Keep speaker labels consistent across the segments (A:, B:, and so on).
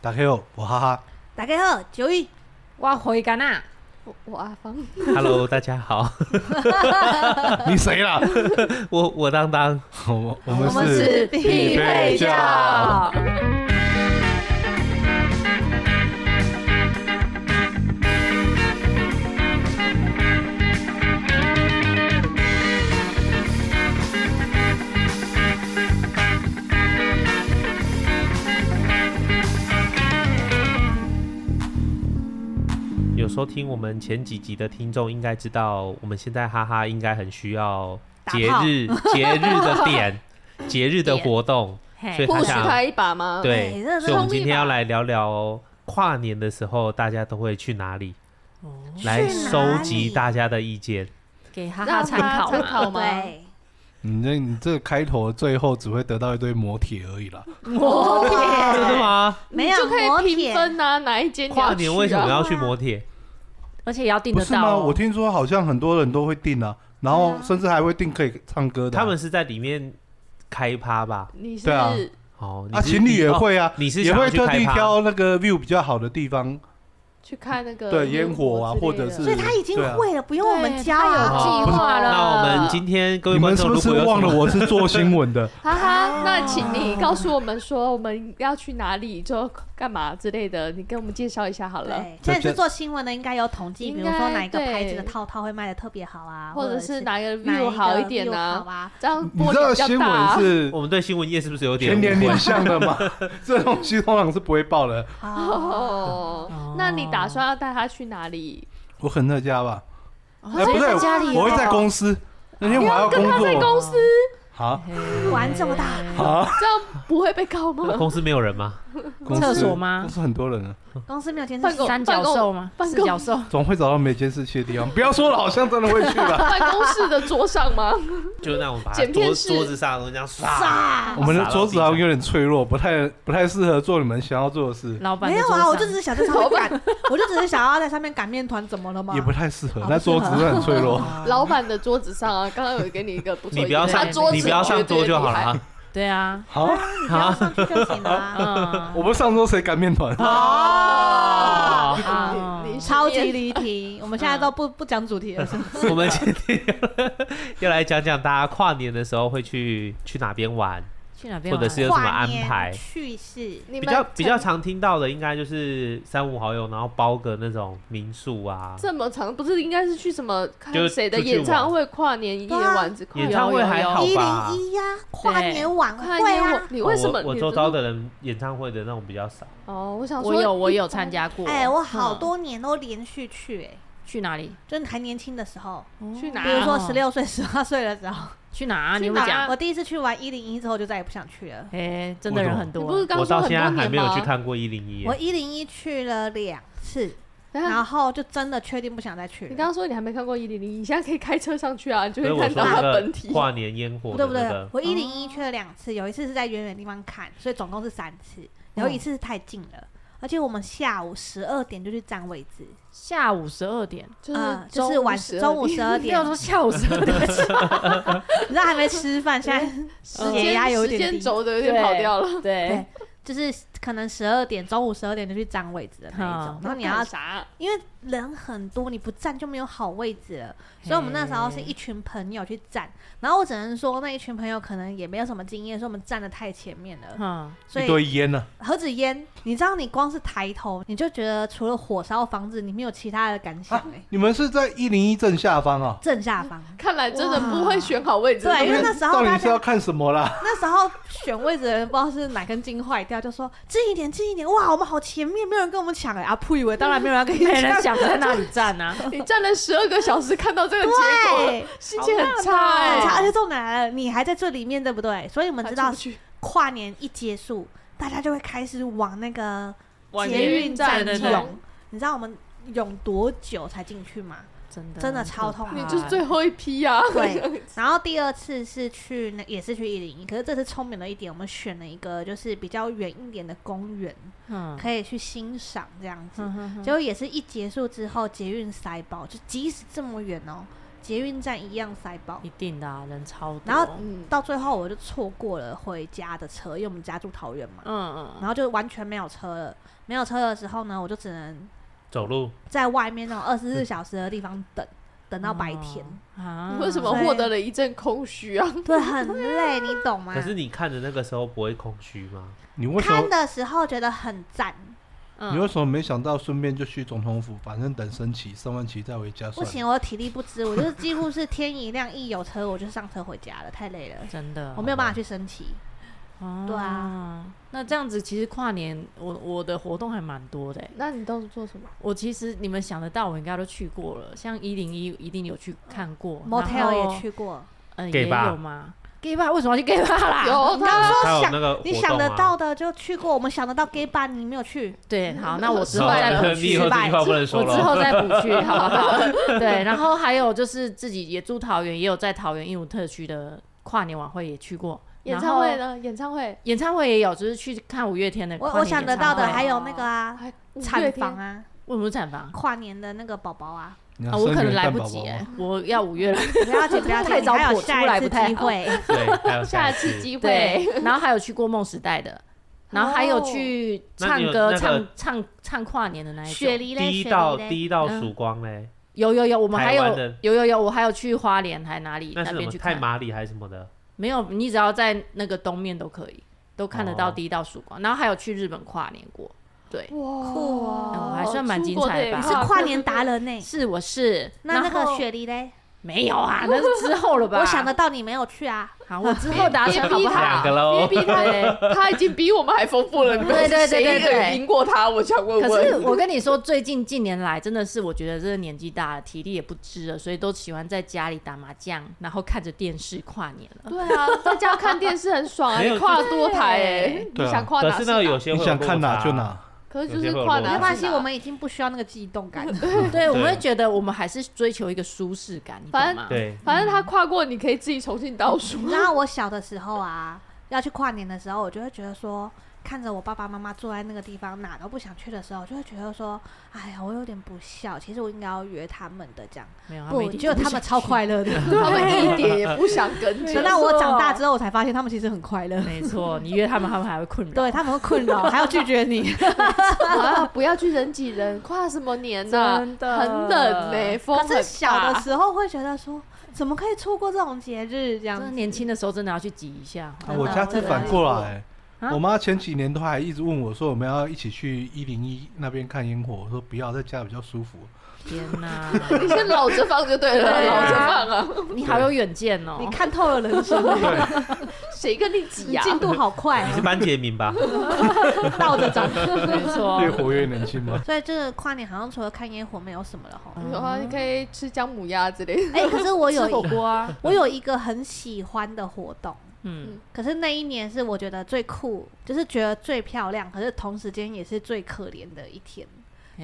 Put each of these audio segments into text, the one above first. A: 大家好，我哈哈。
B: 大家好，九一，
C: 我回啊甘呐，我我阿芳，
D: Hello，大家好，
A: 你谁啦？
D: 我我当当，
A: 我们我们
C: 我们是
A: 匹配教
D: 有收听我们前几集的听众应该知道，我们现在哈哈应该很需要节日节日的点，节日的活动，所以
B: 嘿，
D: 他
E: 不许
D: 想
E: 他一把吗？
B: 哎
D: 对
B: 这，
D: 所以我们
B: 冲
D: 今
B: 一
D: 天要
B: 把
D: 来聊聊跨年的时候大家都会去哪里，来
B: 去哪
D: 收集
B: 里
D: 大家的意见。
C: 给哈
E: 让
C: 哈
E: 他
C: 参考
E: 参
C: 嘛。
E: 考吗？
B: 对，
A: 你这你这个开头最后只会得到一堆磨铁而已啦。
B: 摩
D: 真的
B: 铁
D: 吗？
B: 没
E: 你
B: 有
E: 就可
B: 摩
E: 以评
B: 铁，
E: 分啊，哪一间你要
D: 跨年为什么
E: 去啊
D: 要去摩铁？
C: 而且也要订
A: 不
C: 得
A: 是
C: 到
A: 吗？
C: 哦、
A: 我听说好像很多人都会订啊，然后甚至还会订可以唱歌的啊。
D: 他们是在里面开趴吧？
E: 你是
A: 对啊
D: 哦，
A: 啊，
D: 你是
A: 情侣也
D: 哦
A: 会啊，
D: 你是
A: 也
D: 想要
A: 会
D: 去
A: 特
D: 开
A: 地
D: 趴
A: 挑那个 view 比较好的地方，
E: 去看那个
A: 对烟火啊，或
E: 之类
A: 者
E: 的
A: 是
B: 所以他已经
A: 对啊
B: 会了，不用我们教
E: 对
B: 了。
E: 他
D: 哦
E: 有计划了。
D: 那我们今天各位
A: 你
D: 观
A: 们是
D: 众，
A: 不
D: 如
A: 是
D: 果有
A: 忘了
D: 什么
A: 我是做新闻 的？
E: 哈
B: 哦
E: 哈，那请你告诉我们说我们要去哪里，就干嘛之类的，你给我们介绍一下
D: 哦
E: 好了。
B: 对，现在是做新闻的，应该有统计，比如说哪一个牌子的套套会卖的特别好啊，
E: 或者是
B: 是
E: 哪个
B: 哪
E: view 好一点
B: view 好
E: 呢？
B: 啊？
E: 这样
A: 你
E: 波
A: 知
E: 比
A: 道
E: 较
A: 新
E: 大
A: 闻
E: 啊。
A: 是
D: 我们对新闻业是不是有点
A: 全年
D: 误会
A: 龄向的嘛？ 这东西通常是不会报的。
B: 哦，
E: 哦，那你打算要带他去哪里？
A: 我可能在家吧，哎，
C: 在
A: 不对，
C: 家里
A: 我会在
C: 哦
A: 公司。那天我还要工
E: 在
A: 作
E: 公司
A: 啊
B: 玩这么大，
A: 啊！
E: 这样不会被 告吗？
D: 公司没有人吗？
A: 公司
C: 厕所吗
A: 公司很多人啊，
B: 公司没有监视
E: 办
B: 器
E: 公，
C: 三角兽吗？
E: 办
C: 四
E: 公
C: 角 兽，
A: 总会找到每件事情的地方。不要说了，好像真的会去 吧。
E: 办公室的桌上吗？
D: 就那种把
E: 剪片
D: 桌
E: 式
D: 桌子上的东西这样撒，
B: 傻
A: 我们的桌子好像有点脆弱，不太不太适合做你们想要做的事，
C: 老板
B: 没
C: 的
B: 有
C: 桌
B: 啊，
C: 上
B: 我就只是想在上面 擀，我就只是想要在上面擀面团，怎么了吗
A: 也？不太适合
B: 哦。
A: 那桌子是很脆弱，
E: 老板的桌子上啊，刚刚有给你一个不错，
D: 你不要
C: 对
D: 上
E: 他桌子
D: 你不要上
E: 绝对
D: 桌就好了
E: 厉害。
D: 啊。
C: 对啊，
A: 好，
B: 不要上去就行了 啊。
C: 嗯，
A: 我不是上桌谁擀面团？
B: 哦，
C: 啊
E: 你你是
B: 超级离 题，我们现在
C: 嗯
B: 都不不讲主题了，是吗
D: 我们今天要来讲讲大家跨年的时候会去去哪边玩，
C: 去哪边
D: 或
C: 玩？
D: 者是有什么安
B: 跨
D: 排
B: 年。趣事？
E: 你
D: 比
E: 们
D: 较
E: 曾
D: 比较常听到的，应该就是三五好友，然后包个那种民宿啊，
E: 这么长，不是应该是去什么看
D: 就是
E: 谁的
D: 出去啊
E: 演唱会跨年夜晚子跨
D: 演唱会还好
B: 一
D: 吧
B: 零？一呀，跨年晚
E: 跨
B: 会
E: 年
B: 啊
E: 晚，，你为什么
D: 哦我我
E: 你
D: 周遭的人演唱会的那种比较少，
E: 哦，我想说
C: 啊我有我有参加过。
B: 哎，我好
C: 嗯、
B: 多年都连续去，哎，
C: 去哪里？
B: 就是还年轻的时候，
E: 去哪
B: 比如说
C: 哦
B: 十六岁、十八岁的时 候，
C: 去哪、啊？
E: 去
C: 你会
E: 哪
C: 讲？
B: 我第一次去完一零一之后就再也不想去了。
C: 哎、真的人很
E: 你
C: 多
E: 不是。刚
D: 我
E: 说
D: 到
E: 很
D: 现在
E: 多
D: 还
E: 年
D: 没有去
E: 吗？
D: 看过一零一
B: 我。一零一去了两次，
E: 等一下
B: 然后就真的确定不想再去
E: 嗯你
B: 了，
E: 刚刚说你还没看过一零零，你现在可以开车上去啊，你就
D: 所以
E: 会
D: 我
E: 看
D: 说
E: 到它
D: 那
E: 本
D: 个
E: 体。
D: 跨年烟火
B: 不
D: 的
B: 对不
D: 那
B: 对
D: 个，，
B: 我一零一去了两次，有一次是在远远地方看，所以总共是三次，然后一次是太近了。而且我们下午十二点就去占位置，
C: 下午十二点，
E: 就是
B: 呃就
E: 中
B: 是晚
E: 12
B: 中午十二
C: 不
B: 点
C: 要， 说下午十二点，
B: 你知道还没吃饭，现在
E: 时
B: 血压
E: 间
B: 有
E: 时
B: 点
E: 间
B: 低
E: 轴的有点跑掉了。
C: 对
B: 对，就是可能十二点，中午十二点就去占位置的那一种
C: 嗯。
B: 然后你 要
E: 干啥？
B: 因为人很多，你不站就没有好位置了。所以我们那时候是一群朋友去站，然后我只能说那一群朋友可能也没有什么经验，所以我们站的太前面了。
C: 嗯，
B: 所
A: 一
B: 以
A: 堆烟呢。
B: 何止烟，你知道你光是抬头，你就觉得除了火烧房子，你没有其他的感想
A: 啊
B: 哎、欸。
A: 你们是在一零一正下方啊？
B: 正下 方，
E: 看来真的不会选好位置。
B: 对因为那时候
A: 到
B: 大
A: 底
B: 家
A: 是要看什么啦？
B: 那时候选位置的人不知道是哪根筋坏掉，就说近一点，近一点，哇，我们好前面，没有人跟我们抢哎、欸，啊，不以为 当然没有人要跟你
C: 没人
B: 抢，
C: 想在那里 站啊。
E: 你站了十二个小时，看到这个结果，
B: 对，
E: 心情很差
B: 很差而
E: 哎。
B: 且重点来了，你还在最里面，对不对？所以我们知道
E: 还出不去
B: 跨年一结束，大家就会开始往那个
C: 往
B: 捷运站
C: 捷运站的那
B: 涌
C: 种。
B: 你知道我们涌多久才进去吗？
C: 真的
B: 真的超痛
E: 你
B: 啊
E: 就是最后一批啊。
B: 对，然后第二次是去那也是去一零一，可是这次聪明了一点，我们选了一个就是比较远一点的公园，
C: 嗯
B: 可以去欣赏这样子。
C: 嗯
B: 结果也是一结束之后，捷运塞爆，就即使这么远哦，捷运站一样塞爆，
C: 一定的啊，人超多。
B: 然后
E: 嗯，
B: 到最后我就错过了回家的车，因为我们家住桃园嘛，
C: 嗯
B: 然后就完全没有车了。没有车的时候呢，我就只能
D: 走路
B: 在外面那种二十四小时的地方等，等
C: 嗯，
B: 到白天，嗯
C: 哦啊
E: 你为什么
B: 所以
E: 获得了一阵空虚啊？
C: 哦
B: 对，很累，你懂吗
D: 可？是你看的那个时候不会空虚吗？
A: 你为什
B: 看
A: 么
B: 的时候觉得很赞，
C: 嗯
A: 你为什么没想到顺便就去总统府？反正等升旗，升完旗再回家
B: 不
A: 算了。
B: 行，我体力不支，我就是几乎是天一亮一有车我就上车回家了，太 累了，
C: 真的
B: 我没有办法去升旗。
C: 哦
B: 对啊。
C: 那这样子，其实跨年我我的活动还蛮多的欸、
E: 那你都是做什么？
C: 我其实你们想得到，我应该都去过了，像一零一一定有去看过
B: 哦 motel 也，去
C: 然后
B: 过，
C: 嗯，
D: gay
C: 也
D: 吧
C: 有吗？gay 吧为什么要去 gay 吧啦？
E: 有啊他
D: 还有
B: 想
D: 那个活
B: 你想
D: 动
B: 得
D: 啊
B: 到 的就去过，我们想得到 gay bar 你没有去，
C: 对，好，那我之后
D: 好
C: 再补
D: 你以
C: 去
D: 后
B: 失
D: 这
B: 败
D: 句话不能
C: 我
D: 说
C: 之
D: 了。
C: 后再补 去，好 不好？对，然后还有就是自己也住桃园，也有在桃园义务特区的跨年晚会也去过，
E: 演
C: 然
E: 唱
C: 后
E: 会呢？演唱会
C: 演唱会也有，就是去看五月天的哎跨
B: 我
C: 年
B: 我想得到的
C: 演唱会
B: 还有那个啊，
E: 还五月
B: 产
E: 天
B: 房啊，
C: 为什么是产房？
B: 跨年的那个宝宝啊，
A: 你
C: 啊，
A: 要
C: 我
A: 生
C: 可能
A: 元
C: 来
A: 旦
C: 不
A: 宝
C: 及
A: 宝
C: 欸
B: 哎
A: 吗，
C: 我要五月了。
B: 不要紧不要紧，
C: 太早
B: 你还有
C: 火出
B: 下
C: 来
B: 一次
C: 不太
B: 机
C: 好
B: 会。
D: 对，还有
E: 下
D: 一
E: 次
D: 次。
E: 机会
C: 对，然后还有去过梦时代的，然后还有去唱
D: 那你有那
C: 歌、
D: 个
C: 唱唱唱跨年的那一
B: 哦雪
C: 种。
B: 梨嘞，
D: 第一
B: 雪
D: 道
B: 梨嘞
D: 第一道
C: 嗯
D: 曙光嘞，
C: 有有有，我们还
D: 台湾
C: 有
D: 的
C: 有有有，我还有去花莲还哪里
D: 那是什
C: 边
D: 么
C: 去
D: 太
C: 看？
D: 马里还是什么的？
C: 没有，你只要在那个东面都可以，都看得到
D: 哦
C: 第一道曙光。然后还有去日本跨年过，对，
E: 哇
B: 酷哦
C: 嗯我还算蛮
E: 出
C: 精
E: 国
C: 彩
E: 的
C: 吧
E: 也
B: 你
C: 你
B: 是
E: 跨
B: 跨年达人呢、
C: 是我是
B: 那那
C: 然后
B: 个雪梨嘞，
C: 没有啊，那是之后了吧？
B: 我想得到你没有去啊，
C: 好，我之后达
E: 别
C: 成
E: 逼
C: 好
E: 他
C: 不
D: 两？
C: 好
D: 个喽，
E: 别逼他
C: 对。
E: 他已经比我们还丰富了，你
C: 对
E: 们
C: 对对
E: 谁
C: 对对
E: 有赢过他？我想问
C: 可是
E: 问。
C: 我跟你说，最近近年来真的是，我觉得这个年纪大了，体力也不支了，所以都喜欢在家里打麻将，然后看着电视跨年 了。
E: 对啊，在家看电视很爽啊！
D: 没
E: 你
D: 有
E: 跨多台哎
C: 对，
E: 你
A: 对啊
E: 想跨
D: 可
E: 哪
D: 是那
E: 哪
D: 个有些
A: 你
D: 会有
A: 想看
D: 落
A: 哪
D: 差
A: 就，哪。
B: 啊
E: 可是就
D: 有些
E: 是
D: 会有
E: 跨
D: 落
E: 哪
D: 差
E: 啊
B: 没
E: 是哪？
B: 关系，我们已经不需要那个悸动 感。
C: 嗯对，我们会觉得我们还是追求一个舒适感，你懂
E: 反
C: 吗？
D: 对，
E: 反正他跨过，你可以自己重新倒 数。
B: 然后我小的时候啊，要去跨年的时候，我就会觉得说，看着我爸爸妈妈坐在那个地方哪都不想去的时候，我就会觉得说，哎呀，我有点不孝，其实我应该要约他们的这样。
C: 没有，他们一
B: 不，
C: 定
B: 就他们超快 乐的。
E: 他们一点也不想跟
B: 等
E: 着。
B: 到我长 大之后，我才发现他们其实很快乐。
C: 没错，你约他们，他们还会困扰。
B: 对他们会困扰，还要拒绝你。
E: 啊，不要去人挤人，跨什么年呐？
C: 真的
E: 很冷呢，风
B: 可是
E: 很
B: 小的
E: 大
B: 时候会觉得说，怎么可以错过这种节日这样
C: 真的
B: 子？
C: 年轻的时候真的要去挤一下。
A: 啊我家是
B: 真的
A: 反过来、
C: 啊
A: 我妈前几年都还一直问我说我们要一起去一零一那边看烟火，我说不要，在家比较舒服。
C: 天哪，
E: 你先搂着放就对了，
C: 对啊
E: 搂着放啊，
C: 你好有远见哦！
B: 你看透了人 生，
E: 谁跟你挤
B: 你
E: 呀？
B: 进度好快
D: 你是
B: 啊，
D: 班杰 明吧？
B: 倒着长。
C: 没
D: 哦
C: 错，
A: 越活越年轻 嘛。
B: 所以这个跨年好像除了看烟火没有什么了哈。
E: 有啊，你可以吃姜母鸭之类的。
B: 哎、可是我
C: 嗯 吃
B: 有
C: 火
B: 一
C: 锅啊，
B: 我有一个很喜欢的活动，
C: 嗯，
B: 可是那一年是我觉得最酷，就是觉得最漂亮，可是同时间也是最可怜的一天。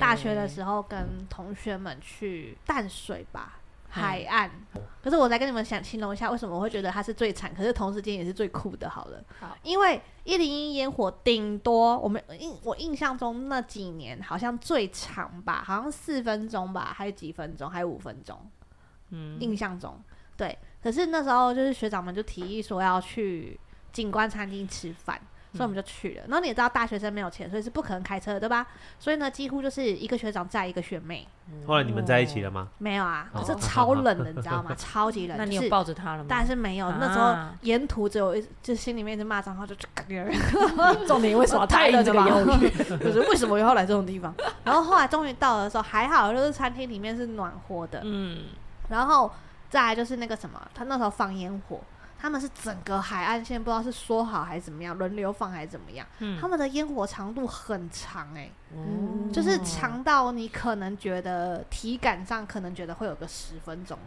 B: 大学的
C: 候，
B: 时候跟同学们去淡水吧。
C: 嗯
B: 海岸，可是我再跟你们想形容一下，为什么我会觉得它是最惨，可是同时间也是最酷的。好了，
E: 好
B: 因为一零一烟火顶多我们印我印象中那几年好像最长吧，好像四分钟吧，还有几分钟，还有五分钟，
C: 嗯，
B: 印象中对。可是那时候就是学长们就提议说要去景观餐厅吃饭，所以
C: 嗯
B: 我们就去了。然后你也知道大学生没有钱，所以是不可能开车的，对吧？所以呢，几乎就是一个学长载一个学妹。
D: 后来你们在一起了吗？
B: 没有啊，
D: 哦
B: 可是超冷的，你知道吗？超级冷。
C: 那你
B: 就
C: 有
B: 是
C: 抱着他了吗？
B: 但是没有，那时
C: 啊
B: 候沿途只有一，就心里面一直骂脏话，就
C: 重点为什么 太
B: 太
C: 硬
B: 冷
C: 这
B: 了
C: 个
B: 吧
C: 忧 郁？
B: 就是为什么要来这种地方？ 然后后来终于到了的时候，还好就是餐厅里面是暖和的，
C: 嗯，
B: 然后再来就是那个什么，他那时候放烟火，他们是整个海岸线不知道是说好还是怎么样，轮流放还是怎么样，
C: 嗯
B: 他们的烟火长度很长哎、
C: 哦
B: 就是长到你可能觉得体感上可能觉得会有个十分钟，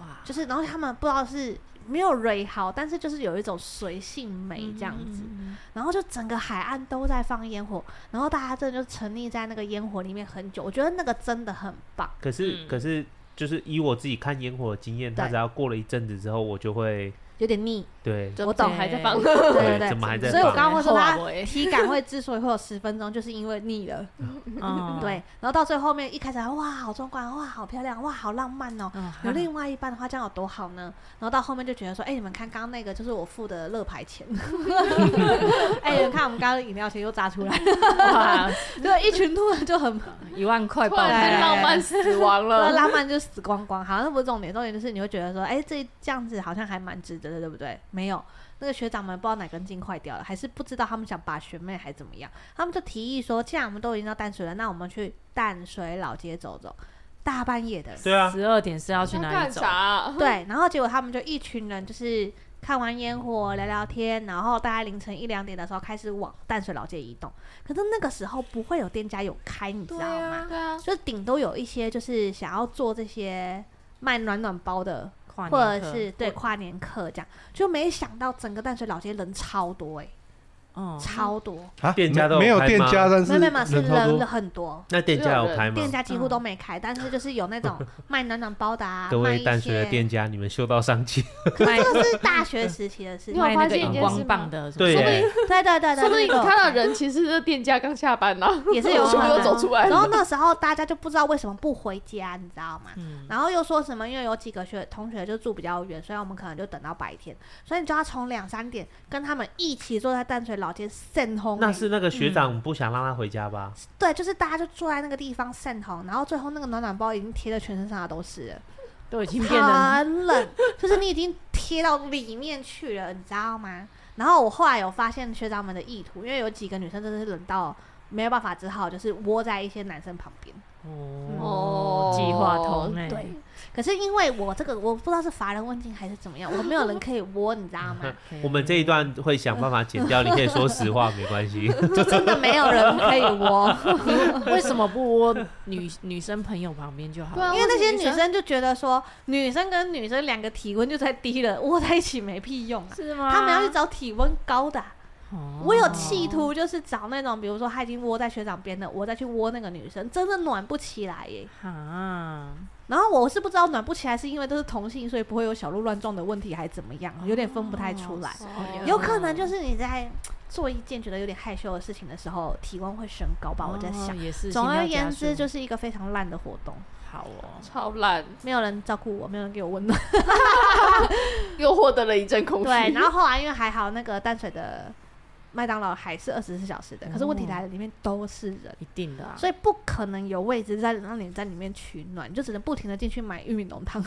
C: 哇，
B: 就是然后他们不知道是没有蕊好，但是就是有一种随性美这样子，
C: 嗯
B: 然后就整个海岸都在放烟火，然后大家真的就沉溺在那个烟火里面很久，我觉得那个真的很棒。
D: 可是
C: 嗯
D: 可是就是以我自己看烟火的经验，
B: 对
D: 大家过了一阵子之后，我就会
B: 有点腻。
D: 对，
E: 就
B: 我懂
E: 还在放，
B: 对
D: 对
B: 对对，
D: 怎么还在
B: 所以我
D: 放
B: 刚刚会说他
E: 后
C: 欸
E: 悔
B: 体感会之所以会有十分钟，就是因为腻了。
C: 嗯，
B: 对，然后到最后面一开始还哇好壮观，哇好漂亮，哇好浪漫哦。
C: 嗯，
B: 有
C: 好
B: 另外一半的话，这样有多好呢？然后到后面就觉得说，哎、你们看刚刚那个就是我付的乐牌 钱， 哎、你们看我们刚刚饮料钱又砸出来，
C: 哇，
B: 对，一群突然就很
C: 一 万块
E: 突
C: 爆
E: 然
C: 开
B: 对
E: 间浪漫死亡
B: 那
E: 了。
B: 浪漫就死光光。好，那不是重点，重点就是你会觉得说，哎、这这样子好像还蛮值得的，对不对？没有，那个学长们不知道哪根筋坏掉了，还是不知道他们想把学妹还怎么样，他们就提议说，既然我们都已经到淡水了，那我们去淡水老街走走，大半夜的。
D: 对啊，
C: 十二点是要去
E: 要
C: 哪
E: 干
C: 里走
E: 啥？啊？
B: 对，然后结果他们就一群人就是看完烟火聊聊天，然后大概凌晨一两点的时候开始往淡水老街移动。可是那个时候不会有店家有开，你知道吗？
E: 对啊，
B: 就顶多有一些就是想要做这些卖暖暖包的，
C: 跨年
B: 或者
C: 课
B: 是对，跨年客这样，就没想到整个淡水老街人超多哎、
C: 嗯，
B: 超多，
A: 啊，
D: 店家都有
A: 没有
D: 开
A: 店
D: 吗
A: 家，但是
B: 没有没有没有是
A: 人超
B: 人
A: 多。
B: 很多。
D: 那店家有开吗
B: 店？家几乎都没开，但是就是有那 种卖暖暖包的啊，
D: 各
B: 卖
D: 位
B: 一
D: 淡水的
B: 些
D: 店家，你们嗅到商机，
B: 可是这个是大学时期的事
E: 你
B: 情
E: 有，
C: 卖那
E: 发
C: 个
E: 现一
C: 荧
E: 件事
C: 光
E: 吗
C: 棒的什么，
D: 对耶，
B: 对对对对，
E: 说不定你
B: 那个
E: 看到人，其实是店家刚下班呢，
B: 也是有
E: 全部
B: 可
E: 都
B: 能
E: 走出来
B: 然后
E: 了。
B: 那时候大家就不知道为什么不回家，你知道吗？
C: 嗯，
B: 然后又说什么，因为有几个学同学就住比较远，所以我们可能就等到白天，所以你就要从两三点跟他们一起坐在淡水老街散红。
D: 那是那个学长不想让他回家吧？
B: 对，嗯就是大家就坐在那个地方散红，然后最后那个暖暖包已经贴的全身上下都是了，
C: 都已经 变成
B: 很冷，就是你已经贴到里面去了，你知道吗？然后我后来有发现学长们的意图，因为有几个女生真的是冷到没有办法，只好就是窝在一些男生旁边。
E: 哦
C: 嗯计划通
B: 嗯
C: 哎，
B: 对，可是因为我这个我不知道是乏人问津还是怎么样，我没有人可以窝，你知道 吗？
D: 我们这一段会想办法剪掉，你可以说实话，没关 系。
B: 就真的没有人可以窝，
C: 为什么不窝女 女生朋友旁边就好
E: 对
C: 了？
E: 啊，
B: 因为那些
E: 女
B: 女生就觉得说，女生跟女生两个体温就太低了，窝在一起没屁用啊。
C: 是吗
B: 他们要去找体温高的啊、
C: 哦
B: 我有企图就是找那种，比如说他已经窝在学长边的，我再去窝那个女生，真的暖不起来耶。
C: 啊，
B: 然后我是不知道暖不起来是因为都是同性，所以不会有小鹿乱撞的问题，还怎么样，有点分不太出来。
E: 哦
B: 有可能就是你在做一件觉得有点害羞的事情的时候，体温会升高吧？我在想
C: 哦。也是。
B: 总而言之，就是是一个非常烂的活动，
C: 好哦，
E: 超烂，
B: 没有人照顾我，没有人给我温暖。
E: 又获得了一阵空虚。
B: 对，然后后来因为还好，那个淡水的麦当劳还是二十四小时的，可是问题来了，里面都是人，
C: 一定的啊。
B: 所以不可能有位置在让你在里面取暖，你就只能不停的进去买玉米浓汤。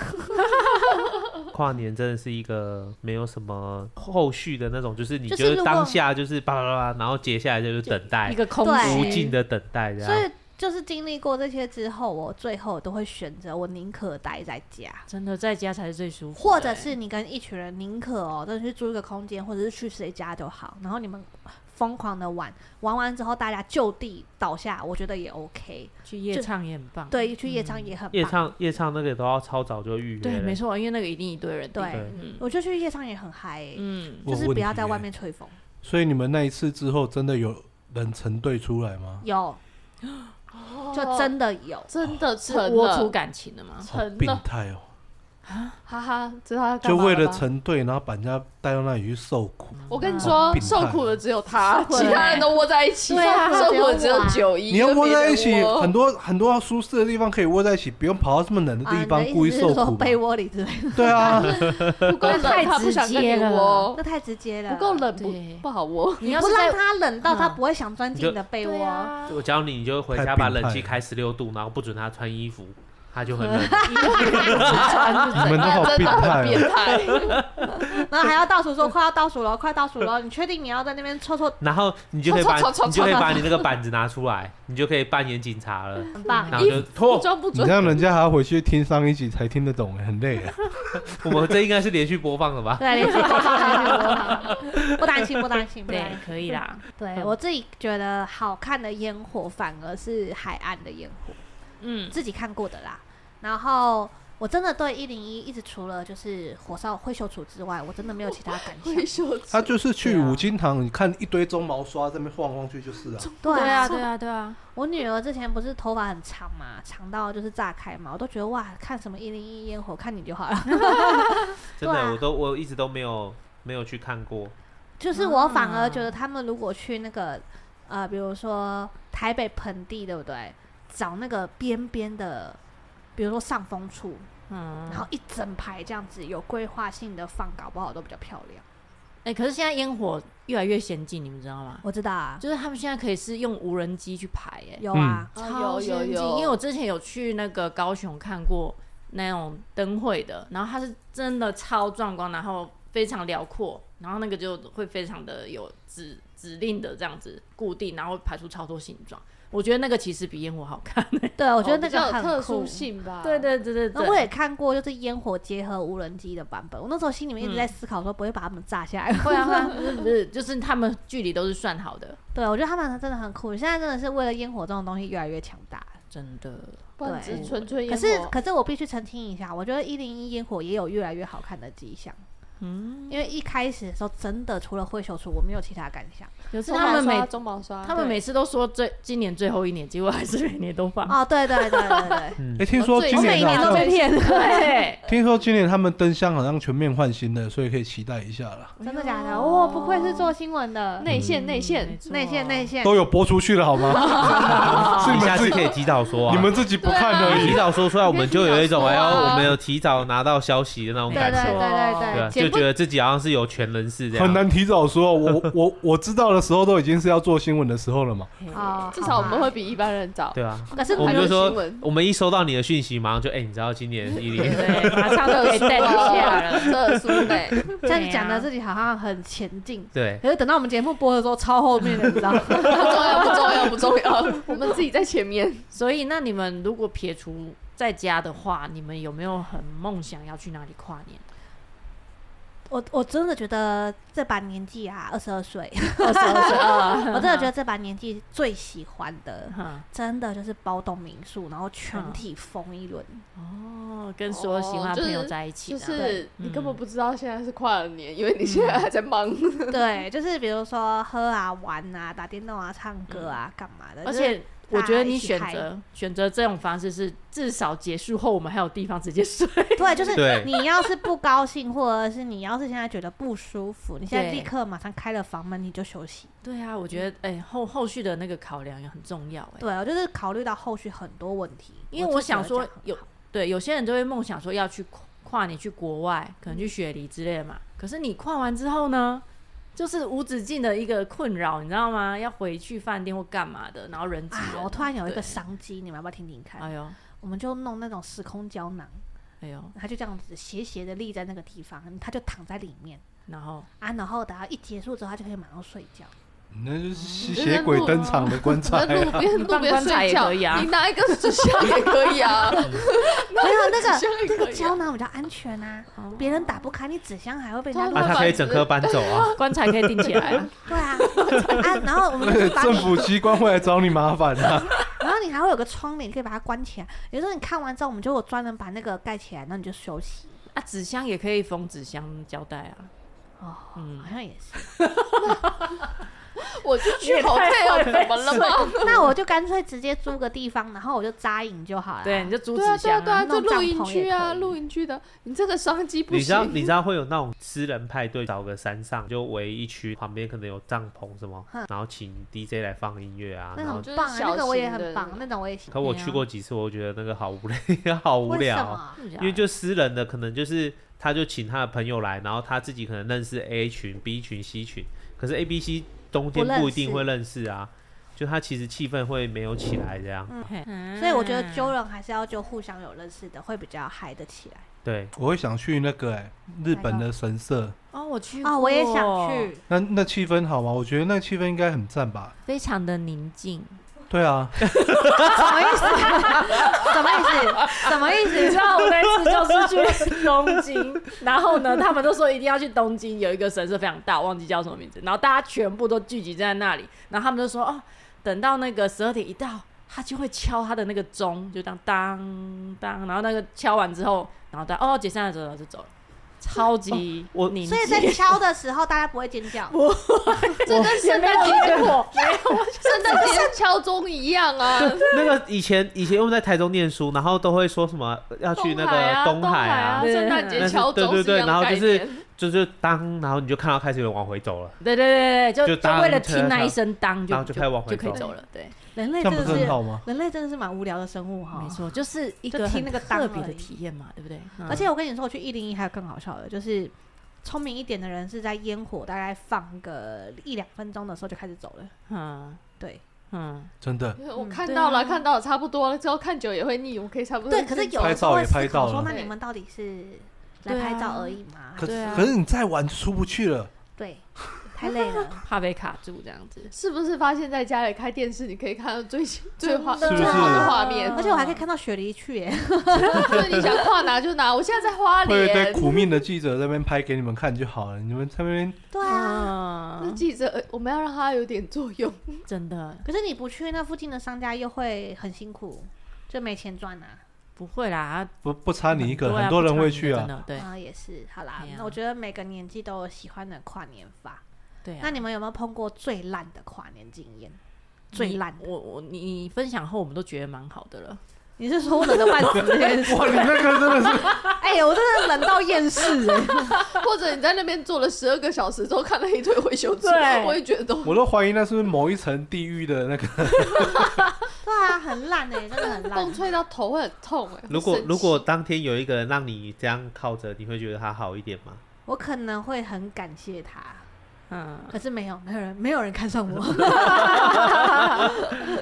D: 跨年真的是一个没有什么后续的那种，就是你
B: 就
D: 觉
B: 是
D: 得
B: 如果
D: 当下就是叭叭叭叭，然后接下来就是等待
C: 一，个空
B: 对
D: 无
C: 虚
D: 尽的等待这
A: 啊
B: 所
D: 样。
B: 以就是经历过这些之后，我最后都会选择我宁可待在家。
C: 真的在家才是最舒服的欸，
B: 或者是你跟一群人宁可哦，真的去租一个空间，或者是去谁家就好，然后你们疯狂的玩，玩完之后大家就地倒下，我觉得也 OK。
C: 去夜
B: 就
C: 唱也很棒。
B: 对，去夜唱也很棒。
D: 夜
A: 嗯
D: 唱夜唱那个都要超早就预约
C: 对，
D: 了
C: 没错，因为那个一定一堆人订。
B: 对
C: 嗯
B: 我就去夜唱也很嗨、欸，
C: 嗯，
A: 我
B: 就是
A: 有问
B: 不要
A: 题
B: 在外
A: 欸
B: 面吹风。
A: 所以你们那一次之后，真的有人成队出来吗？
B: 有，
E: 哦
B: 就真的有。
E: 真的
C: 是
E: 成了
C: 窝出感情的嘛？
A: 好
E: 成
A: 病
E: 了，
A: 态哦！
E: 哈哈，知道他干
A: 就
E: 嘛
A: 为了
E: 吧
A: 成队，然后把人家带到那里去受苦。
B: 嗯
E: 我跟你
A: 好
E: 说，
A: 哦病态
E: 受苦的只有他，
B: 苦的
E: 其他人都窝在一起。
B: 对啊
E: 受苦的只
B: 只有我
E: 有
B: 啊
E: 九一。
A: 你要窝在一起，很
E: 很
A: 多很多舒适的地方可以窝在一起，不用跑到这么冷的
B: 啊，
A: 地
B: 你
A: 方
B: 的意
A: 故意
B: 思
A: 受
B: 是说
A: 苦嘛。
B: 被窝里之类的，
A: 对 啊，
E: 不够冷，
C: 太
E: 他不想跟你
C: 直接了
E: 窝
B: 那。太直接了。
E: 不够，冷不
C: 对
E: 不好窝。
C: 你
B: 你
C: 要
B: 不
C: 是
B: 让
C: 在
B: 他冷到他
C: 嗯
B: 不会想钻进
D: 就
B: 你的被
C: 对
B: 窝。
C: 啊，
D: 我教你，你就回
A: 太
D: 家
A: 病
D: 把冷
A: 态
D: 气
A: 了
D: 开十六度，然后不准他穿衣服，他就很冷。
A: 你们都好
E: 真
A: 病
E: 的
A: 态
E: 很
A: 哦！
E: 变态，
B: 然后还要倒数说快要倒数了，快要倒数了，你确定你要在那边抽抽
D: 然后你就可以把
E: 戳戳戳戳
D: 你就可以把你那个板子拿出来，你就可以扮演警察了。
B: 很
C: 嗯
B: 棒？
D: 然后就脱，
E: 装不
A: 你
E: 准
A: 这。样人家还要回去听上一集才听得懂，很累 啊。
D: 我们这应该是连续播放的吧？
B: 对，连续播放，连续播放，不担心，不担心，不担
C: 对
B: 心。，嗯
C: 可以啦。
B: 对我自己觉得好看的烟火，反而是海岸的烟火，
C: 嗯，
B: 自己看过的啦。然后我真的对一零一一直除了就是火烧会修除之外，我真的没有其他感想。
E: 挥手
A: 他就是去
C: 对啊
A: 五金堂，你看一堆鬃毛刷在那边晃晃去就是 啊。
B: 对
C: 对啊，
B: 啊，
C: 对啊，对啊，
B: 我女儿之前不是头发很长嘛，长到就是炸开嘛，我都觉得哇，看什么一零一烟火，看你就好了。 对
D: 真
B: 啊
D: 的，我都我一直都没有没有去看过。
B: 就是我反而觉得他们如果去那个呃，比如说台北盆地，对不对？找那个边边的，比如说上风处，
C: 嗯
B: 然。后一整排这样子有规划性的放，搞不好都比较漂亮。
C: 哎、可是现在烟火越来越先进，你们知道吗？
B: 我知道啊，
C: 就是他们现在可以是用无人机去排、哎，
B: 有啊，
C: 超
E: 哦有有
C: 先进。
E: 有
C: 因为我之前有去那个高雄看过那种灯会的，然后它是真的超壮观，然后非常辽阔，然后那个就会非常的有指指令的这样子固定，然后排出超多形状。我觉得那个其实比烟火好看。
B: 对，啊我觉得
E: 哦
B: 那
E: 比较
B: 个
E: 有
B: 很
E: 特
B: 酷
E: 殊。性吧。
C: 对对对对
B: 那
C: 对，
B: 我也看过，就是烟火结合无人机的版本。我那时候心里面一直在思考，说不会把他们炸下来吗。
C: 会啊会啊，不是不是，就是他们距离都是算好的，
B: 对，啊我觉得他们真的很酷。现在真的是为了烟火这种东西越来越强大。
C: 真的。
E: 不然只
B: 对
E: 是纯纯烟
B: 可
E: 火。
B: 是，可是我必须澄清一下，我觉得一零一烟火也有越来越好看的迹象。嗯，因为一开始的时候，真的除了灰球处，我没有其他感想。
C: 可是
E: 中
C: 他
E: 毛
C: 们
E: 刷，
C: 每
E: 中毛刷，
C: 他们每次都说最今年最后一年，结果还是每年都放。
B: 哦，对对对对对，
A: 哎，听说
E: 最
A: 今
E: 哦我
A: 年啊
E: 每年
A: 好
E: 都
A: 像
E: 被骗
C: 对，
A: 听说今年他们灯箱好像全面换新的，所以可以期待一下 了。
B: 真的假
E: 啊
B: 的？哦，不愧是做新闻的，
E: 内线
C: 嗯
E: 内线，
B: 内线内线。
A: 都有播出去了好吗？ 是
D: 你
A: 你
D: 下
A: 们
D: 次
A: 自
D: 可
A: 己
D: 以提早说啊。
A: 哦你们自己不看而
D: 你
A: 已
D: 提。早说出来，我们就有一种
E: 你可
D: 哎
E: 以提早说啊
D: 呦，我们有提早拿到消息的那种
B: 对
D: 感
B: 对
D: 觉，对啊，
B: 对对
D: 就
B: 对，
D: 觉得自己好像是有权人士
E: 啊
D: 这
A: 很
D: 样。
A: 难提早说，我我我知道的时候都已经是要做新闻的时候了嘛。
B: 哦，
E: 至少我们会比一般人早。
D: 对啊，
B: 可是
D: 我们就
E: 还有新
D: 说
E: 闻，
D: 我们一收到你的讯息，马上就哎，你知道今年一 零
C: 哎对，马上就可以带
E: 了，
C: 下了。
E: 特殊类，
B: 这样讲的自己好像很前进，
D: 对，
B: 可是等到我们节目播的时候超后面的，你知道吗？
E: 不重要，不重要，不重要，我们自己在前面。
C: 所以，那你们如果撇除在家的话，你们有没有很梦想要去哪里跨年？
B: 我我真的觉得这把年纪啊，二十二岁，
C: 二十二岁啊
B: 我真的觉得这把年纪最喜欢的，
C: 嗯
B: 真的就是包栋民宿，然后全体疯一 轮。
C: 哦，跟所有喜欢的朋友在一起
E: 哦就
C: 呢，
E: 是你根本
C: 嗯
E: 不知道现在是跨了年，因为你现在还在忙。
B: 对，就是比如说喝啊、玩啊、打电动啊、唱歌啊、干嘛的。
C: 嗯而
B: 就是
C: 且。我觉得你选
B: 大家一
C: 择选择这种方式是至少结束后我们还有地方直接睡，
B: 对，就是
D: 对
B: 你要是不高兴，或者是你要是现在觉得不舒服，你现在立刻马上开了房门，你就休息。
C: 对啊，我觉得
B: 嗯
C: 哎、后后续的那个考量也很重要哎、
B: 对，我就是考虑到后续很多问题，
C: 因为我
B: 就觉得
C: 想说
B: 这样很
C: 有
B: 好
C: 对有些人就会梦想说要去跨跨年去国外，可能去雪梨之类的嘛。可是你跨完之后呢，就是无止境的一个困扰，你知道吗？要回去饭店或干嘛的，然后人挤
B: 啊，
C: 人。
B: 我突然有一个
C: 对
B: 商机，你们要不要听听看？
C: 哎呦
B: 我们就弄那种时空胶囊，
C: 哎呦，
B: 它就这样子斜斜的立在那个地方，它就躺在里面
C: 然后
B: 啊，然后等到一结束之后，它就可以马上睡觉。
A: 那就是吸血鬼登场的棺材
E: 在路
A: 啊！
E: 边路
C: 放
E: 边
C: 棺
E: 睡
C: 材也
E: 觉，
C: 可以啊
E: 你拿一个纸箱也可以啊，
B: 没有那
E: 纸
B: 个
E: 箱也
B: 那
E: 可
B: 个
E: 以啊。
B: 胶囊比较安全啊，别人打不开，你纸箱还会被人家
D: 啊，
B: 弄
E: 通
D: 他
E: 常
D: 可以整颗搬走 啊。
C: 棺材可以钉起来 了，
B: 对啊啊， 然后 我们
A: 而
B: 就
A: 且
B: 是把
A: 政
B: 你，
A: 府机关会来找你麻烦啊！
B: 然后你还会有个窗帘可以把它关起来。有时候你看完之后，我们就有专人把那个盖起来，那你就休息。
C: 啊，纸箱也可以缝纸箱胶带啊。
B: 哦，
C: 嗯
B: 好像也是。
E: 我就去
C: 也太
E: hotel
C: 会
E: 怎么了吗？
B: 那我就干脆直接租个地方，然后我就扎营就好了。
C: 对，你就租纸
E: 对啊对
C: 箱、
E: 啊对啊，
B: 弄
E: 就
B: 帐
E: 露营
B: 篷也
E: 区啊，
B: 可以
E: 露营区的，你这个商机不
D: 你知道
E: 行。
D: 你知道会有那种私人派对，找个山上就围一区，旁边可能有帐篷什么
B: 哼，
D: 然后请 DJ 来放音乐啊。
B: 那
D: 然后
B: 很
E: 就是
B: 棒啊，
E: 小
B: 那个我也
E: 型
B: 很
E: 的
B: 棒
E: 那，
B: 那种我也喜欢。
D: 可我去过几次，我觉得那个好无聊， 啊好无
B: 为什
D: 聊。
B: 么？
C: 因
D: 因为就私人的，可能就是他就请他的朋友来，然后他自己可能认识 A 群、B 群、C 群，可是 A、B、C 中间
B: 不认识
D: 不一定会认识啊，就他其实气氛会没有起来这样。
B: 所以我觉
A: 嗯
B: 得揪人还是要就互相有认识的，会比较嗨得起来。
D: 对，
A: 我会想去那个哎、日本的神社，
C: 哦，我
A: 哎
C: 去
B: 哦，我也
C: 过
B: 想，去，
A: 那那气氛好吗？我觉得那气氛应该很赞吧。
C: 非常的宁静。
A: 对啊，
B: 什么意思？什么意思？什么意
C: 你知
B: 思？
C: 道我那一次就是去东京，然后呢，他们都说一定要去东京，有一个神社非常大，忘记叫什么名字，然后大家全部都聚集在那里，然后他们就说哦，等到那个十二点一到，他就会敲他的那个钟，就当当当，然后那个敲完之后，然后大家哦解散了，走了就走了，超级
D: 哦我
C: 宁
B: 所以
C: 静
B: 在敲的时候，大家不会尖叫。
E: 这跟圣诞节过，圣诞节敲钟一样啊。
D: 就那个以前以前我们在台中念书，然后都会说什么要去那个
E: 东
D: 东海
E: 海啊，
D: 啊，
C: 对
E: 圣诞节敲钟
D: 对对
E: 是一
D: 对，
E: 样
D: 然
E: 的
D: 后
E: 概
D: 就是
E: 念。
D: 就是当，然后你就看到开始有人往回走了，
C: 对对对对，就
D: 就
C: 就
D: 当
C: 为了
D: 车
C: 听那
D: 上
C: 一声当，
D: 哦然后
C: 就
D: 就开始往回
C: 就可以
D: 走
C: 走了，对，
B: 人类
A: 这
B: 真
A: 样不
B: 的
A: 是很
B: 是
A: 好吗？
B: 人类真的是蛮无聊的生物哈
C: 没。错，就是一
B: 哦就
C: 个
B: 听
C: 很
B: 那个当
C: 特别
B: 而
C: 的
B: 已
C: 体验嘛，对不对？嗯
B: 而且我跟你说，我去一零一还有更好笑的，就是聪明一点的人是在烟火大概放个一两分钟的时候就开始走了。
C: 嗯，
B: 对
C: 嗯，
A: 真的，
E: 我看到了，
C: 对啊
E: 看到了，差不多了。之后看久也会腻，我可以差不多。
B: 对，可是有
A: 拍
B: 的时候
A: 照
B: 会
A: 也嗯
B: 思
A: 拍
B: 考
A: 到
B: 说，
A: 了
B: 那你们到底是来
C: 对啊
B: 拍照而已吗？
A: 可
C: 对啊
A: 可是你再晚就出不去了，
B: 对，啊 太累了。
C: 怕被卡住这样子，
E: 是不是发现在家里开电视，你可以看到最最画
A: 是嗯不
E: 最
A: 是
E: 好的画面？
B: 啊而且我还可以看到雪梨去耶，
E: 就是你想跨哪就哪。我现在在花
A: 会有一堆
E: 莲，
A: 苦命的记者在那边拍给你们看就好了，你们在那边
B: 对啊。
E: 那
C: 嗯，
E: 记者，呃我们要让他有点作用。
C: 真的
B: 可是你不去，那附近的商家又会很辛苦，就没钱赚啊。
C: 不会啦，
A: 不不差你一个，
C: 对啊
A: 很多人会去
C: 不差你一个真
A: 啊。
C: 的对
B: 啊，也是，好啦
C: 哎呀，
B: 那我觉得每个年纪都有喜欢的跨年法。
C: 对啊。
B: 那你们有没有碰过最烂的跨年经验？最
C: 你
B: 烂的，
C: 我我你你分享后，我们都觉得蛮好的了。
B: 你是说冷到半死这件事？
A: 哇，你那个真的是
B: 哎呀，我真的冷到厌世哎！
E: 或者你在那边坐了十二个小时之后，看了一堆维修车
C: 对，
E: 我也觉得都
A: 我都怀疑那是不是某一层地狱的那个。
B: 对啊，很烂哎，真的很烂
E: 风。吹到头会很痛哎。
D: 如果
E: 会生气
D: 如果当天有一个人让你这样靠着，你会觉得他好一点吗？
B: 我可能会很感谢他，
C: 嗯，
B: 可是没有，没有人，没有人看上我，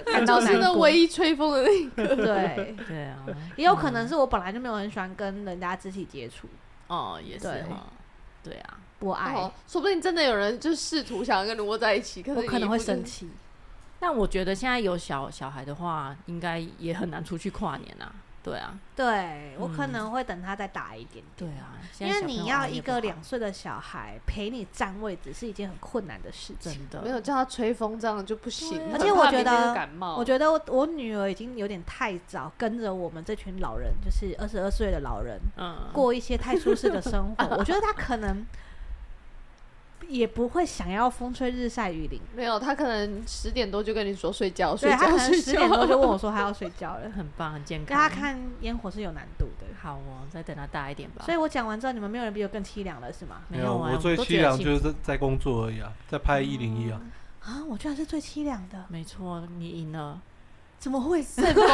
B: 感到
E: 就
B: 难
E: 是那
B: 过
E: 唯一吹风的那一个，
B: 对，
C: 对啊，
B: 也有可能是我本来就没有很喜欢跟人家肢体接触，
C: 哦，也是
B: 对
C: 哈，对啊，
B: 不爱，
E: 哦，说不定真的有人就试图想要跟你窝在一起，可是
B: 我可能会生
E: 气。
B: 气。
C: 但我觉得现在有小小孩的话，应该也很难出去跨年啊。对啊，
B: 对我可
C: 嗯
B: 能会等他再大一点点。
C: 对啊，现
B: 因
C: 在
B: 为
C: 小朋
B: 你
C: 友
B: 要
C: 玩也
B: 一
C: 不
B: 个
C: 好
B: 两岁的小孩陪你占位置是一件很困难的事情。
C: 真的
E: 没有叫他吹风，这样就不行。
B: 啊而且
E: 很
B: 我
E: 怕
B: 觉
E: 明天
B: 得
E: 就感冒，
B: 我觉得我我女儿已经有点太早跟着我们这群老人，就是二十二岁的老人，
C: 嗯。
B: 过一些太舒适的生活。我觉得她可能也不会想要风吹日晒雨淋，
E: 没有，他可能十点多就跟你说睡觉，
B: 对
E: 睡
B: 她可
E: 觉，
B: 能
E: 睡
B: 十
E: 觉。
B: 点多就 问我说她要睡觉了
C: 很棒，很健
B: 跟
C: 康。
B: 她看烟火是有难度的，
C: 好哦，再等他大一点吧。
B: 所以我讲完之后，你们没有人比我更凄凉了，是吗？
C: 没有啊，
A: 我最
C: 都
A: 凄
C: 觉得
A: 凉
C: 幸
A: 就是在在工作而已啊，在拍一零一啊。
B: 啊，我居然是最凄凉的，
C: 没错，你赢了。
B: 怎么会？
E: 盛风，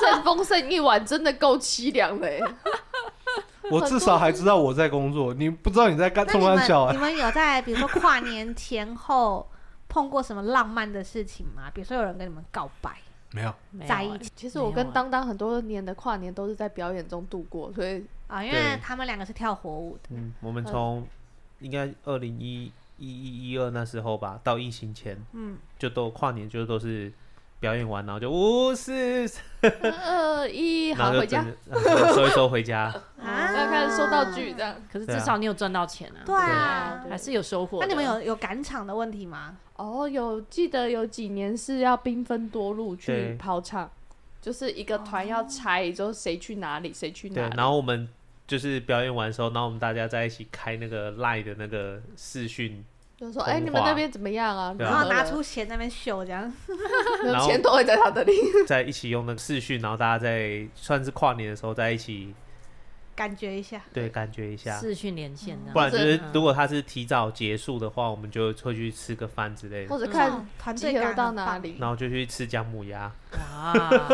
E: 盛风盛一晚真的够凄凉的欸。
C: 嗯
A: 我至少还知道我在工作，你不知道你在干
B: 那
A: 冲
B: 你
A: 安
B: 们
A: 小
B: 你
A: 啊。
B: 们有在比如说跨年前后碰过什么浪漫的事情吗？比如说有人跟你们告白，
A: 没有，
C: 没
E: 啊
C: 有
B: 在
C: 欸
B: 一起
E: 其实我
C: 没有
E: 跟
C: 啊
E: 当当很多年的跨年都是在表演中度过，所以
B: 啊，因
D: 对
B: 为他们两个是跳火舞的。
D: 嗯，我们从应该二零一一一一二那时候吧，到疫情前
B: 嗯，
D: 就都跨年就都是表演完，然后就五四，
E: 二呃一
D: 然
E: 好
D: 后
E: 回
D: 就
E: 家哦
D: 整，个收一收回 家。
B: 啊
E: 要开始收道具这样。
C: 可是
D: 对
C: 至
D: 啊
C: 少你有赚到钱啊，
B: 对啊
E: 对。
C: 还是有收获的。
B: 那你们有有赶场的问题吗？
E: 哦，有记得有几年是要兵分多路去
D: 对
E: 跑场，就是一个团
B: 哦
E: 要拆，之后谁去哪里，谁去
D: 对
E: 哪，里。
D: 然后我们就是表演完的时候，然后我们大家在一起开那个 line 的那个视讯，
E: 就说：“
D: 童
E: 哎、你们
D: 话
E: 那边怎么样啊？”
D: 对啊
B: 然
E: 然
B: 后拿出钱在那边秀这样。
E: 没
D: 然
E: 有
D: 后
E: 钱都会在他这里。
D: 在一起用那个视讯，然后大家在算是跨年的时候在一起，
B: 感觉一下，
D: 对，感觉一下。
C: 视讯连线的？
D: 不
E: 哦
D: 然就是
C: 嗯
D: 如果他是提早结束的话，我们就会去吃个饭之类的
E: 或，者
B: 哇
E: 啊看
B: 团队
E: 集合
B: 感
E: 到
B: 很
E: 哪
B: 棒。
E: 里。
D: 然后就去吃姜母鸭。
C: 哇，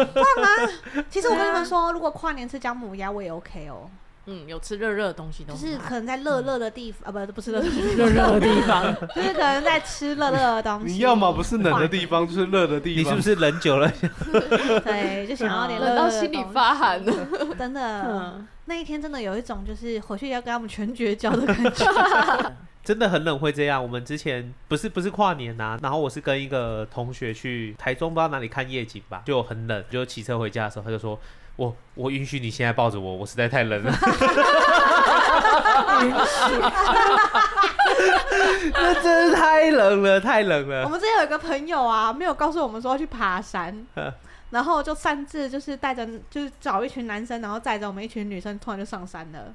B: 其实我跟你
E: 啊
B: 们说，如果跨年吃姜母鸭，我也 OK 哦，
C: 嗯，有吃热热的东西都
B: 就
C: 很
B: 是
C: 好
B: 可能在
E: 嗯
B: 热热的地方啊，不不是热热，
C: 热热的地 方，
B: 就是可能在吃热热的东西。
A: 你要么不是冷的地方，就是热的地
D: 你
A: 方。
D: 是不是忍久了？
B: 对，就想要 点热热
E: 冷
B: 的
E: 到
B: 东西
E: 心里发寒了，
B: 真的，
C: 嗯，
B: 那一天真的有一种就是回去要跟他们全绝交的感觉。
D: 真的很冷会这样。我们之前不是不是跨年呐、然后我是跟一个同学去台中，不知道哪里看夜景吧，就很冷，就骑车回家的时候，他就说。我我允许你现在抱 着我，我实在太冷了。那真是太冷了，太冷
B: 我
D: 了。
B: 们之前有一个朋友啊，没有告诉我们说要去爬 山，然后就擅自就是带着就是找一群男生，然后载着我们一群女生，突然就上山了。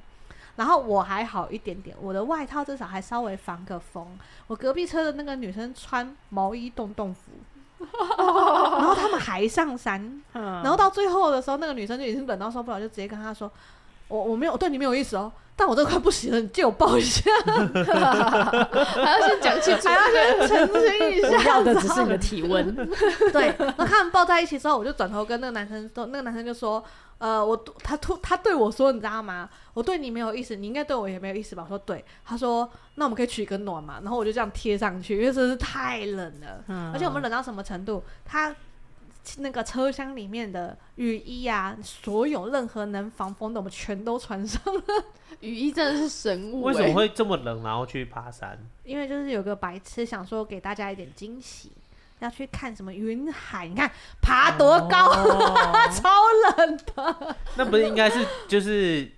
B: 然后我还好一点点，我的外套至少还稍微防个风。我隔壁车的那个女生穿毛衣洞洞 服，然后他们还上山，
C: 嗯
B: 然后到最后的时候，那个女生就已经冷到受不了，就直接跟他说：“我我没有我对你没有意思哦，但我都快不行了，你借我抱一下，
E: 还要先讲清楚
B: 还。要先澄清一下。”
C: 我要的只是你的体温，
B: 对，然后他们抱在一起之后，我就转头跟那个男生说，那个男生就说，呃，我他突他对我说，你知道吗？我对你没有意思，你应该对我也没有意思吧？我说对，他说那我们可以取一个暖嘛，然后我就这样贴上去，因为真是太冷了，
C: 嗯
B: 而且我们冷到什么程度？他那个车厢里面的雨衣啊，所有任何能防风的，我们全都穿上，
E: 雨衣真的是神物、欸，
D: 为什么会这么冷，然后去爬山？
B: 因为就是有个白痴想说给大家一点惊喜。要去看什么云海？你看爬多高，
C: 哦
B: 超冷
D: 那不是应该是就是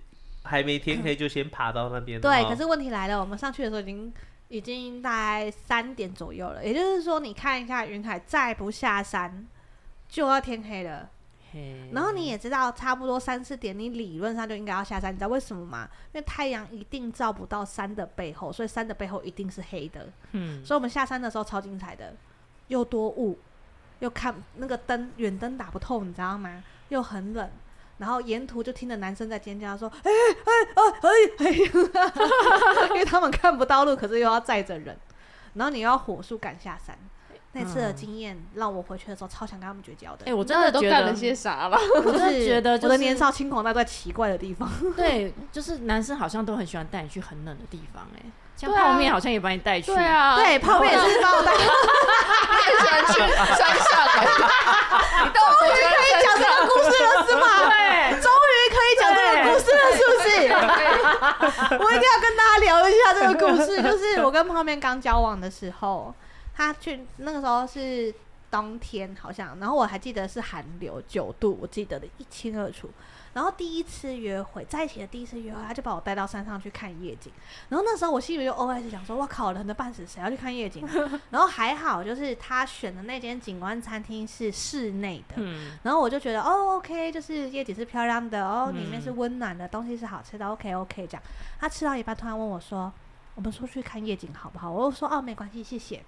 D: 还没天黑就先爬到那边了吗？
B: 对，可是问题来了，我们上去的时候已经已经大概三点左右了，也就是说，你看一下云海再不下山就要天黑了。
D: 嘿
C: 嗯
B: 然后你也知道，差不多三四点，你理论上就应该要下山，你知道为什么吗？因为太阳一定照不到山的背后，所以山的背后一定是黑的。
C: 嗯，
B: 所以我们下山的时候超精彩的，又多雾，又看那个灯远灯打不透，你知道吗？又很冷，然后沿途就听着男生在尖叫说：“ 哎哎哎 哎哎！”因为他们看不到路，可是又要载着人，然后你又要火速赶下山。那次的
C: 嗯
B: 经验让我回去的时候超想跟他们绝交的
C: 哎，，我真
E: 那
C: 的
E: 都
C: 觉
E: 干了
C: 得，
E: 些啥了？
C: 我真的觉得，
B: 我的年，少轻狂那段奇怪的地 方。
C: 对，就是男生好像都很喜欢带你去很冷的地方，哎，像
E: 对啊
C: 泡面好像也把你带去，
E: 对，啊，
B: 对，旁边也是把我带
E: 很喜欢去山上、欸。 你到底可以
B: 讲这个故事了是吗？
C: 对，
B: 终于可以讲这个故事了，是不是？我一定要跟大家聊一下这个故事，就是我跟泡面刚交往的时候，他去那个时候是冬天，好像，然后我还记得是寒流九度，我记得的一清二楚。然后第一次约会，在一起的第一次约会，他就把我带到山上去看夜景。然后那时候我心里就 OS 想说：“哇靠，冷的半死，谁要去看夜景？”然后还好，就是他选的那间景观餐厅是室内的，
C: 嗯，
B: 然后我就觉得哦，OK，就是夜景是漂亮的，哦，
C: 嗯
B: 里面是温暖的，东西是好吃的，OK OK 这样。他吃到一半，突然问我说：“我们出去看夜景好不好？”我就说：“哦，没关系，谢谢。”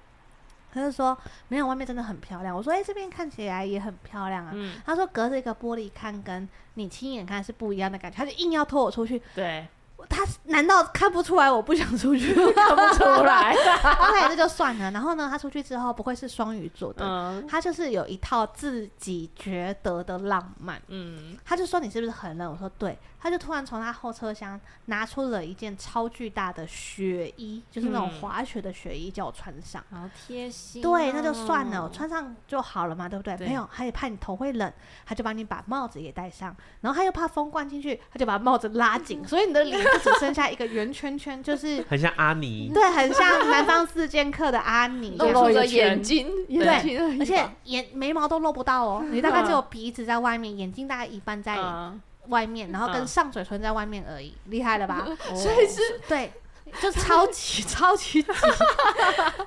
B: 他就说：“没有，外面真的很漂亮。”我说：“哎、这边看起来也很漂亮啊。
C: 嗯，
B: 他说：“隔着一个玻璃看，跟你亲眼看是不一样的感觉。”他就硬要拖我出去，
C: 对，
B: 他难道看不出来我不想出去吗？看不
C: 出来，
B: OK，这就算了。然后呢，他出去之后，不愧是双鱼座的，
C: 嗯
B: 他就是有一套自己觉得的浪漫。
C: 嗯，
B: 他就说你是不是很冷？我说对。他就突然从他后车厢拿出了一件超巨大的雪衣，就是那种
C: 嗯
B: 滑雪的雪衣，叫我穿上。
C: 好贴心，哦
B: 对，那就算了，我，穿上就好了嘛，对不对？
C: 对
B: 没有，他也怕你头会冷，他就帮你把帽子也戴上，然后他又怕风灌进去，他就把帽子拉 紧，所以你的脸就只剩下一个圆圈圈，就是
D: 很像阿 尼，
B: 对，很像南方四剑客的阿尼，
E: 露出了眼睛，眼睛而已吧，
B: 而且眼眉毛都露不到 哦，你大概只有鼻子在外面，眼睛大概一半在
C: 嗯，
B: 外面，然后跟
C: 嗯
B: 上嘴唇在外面而已，厉害了 吧？哦
E: 所以是
B: 对，就超级超级 挤。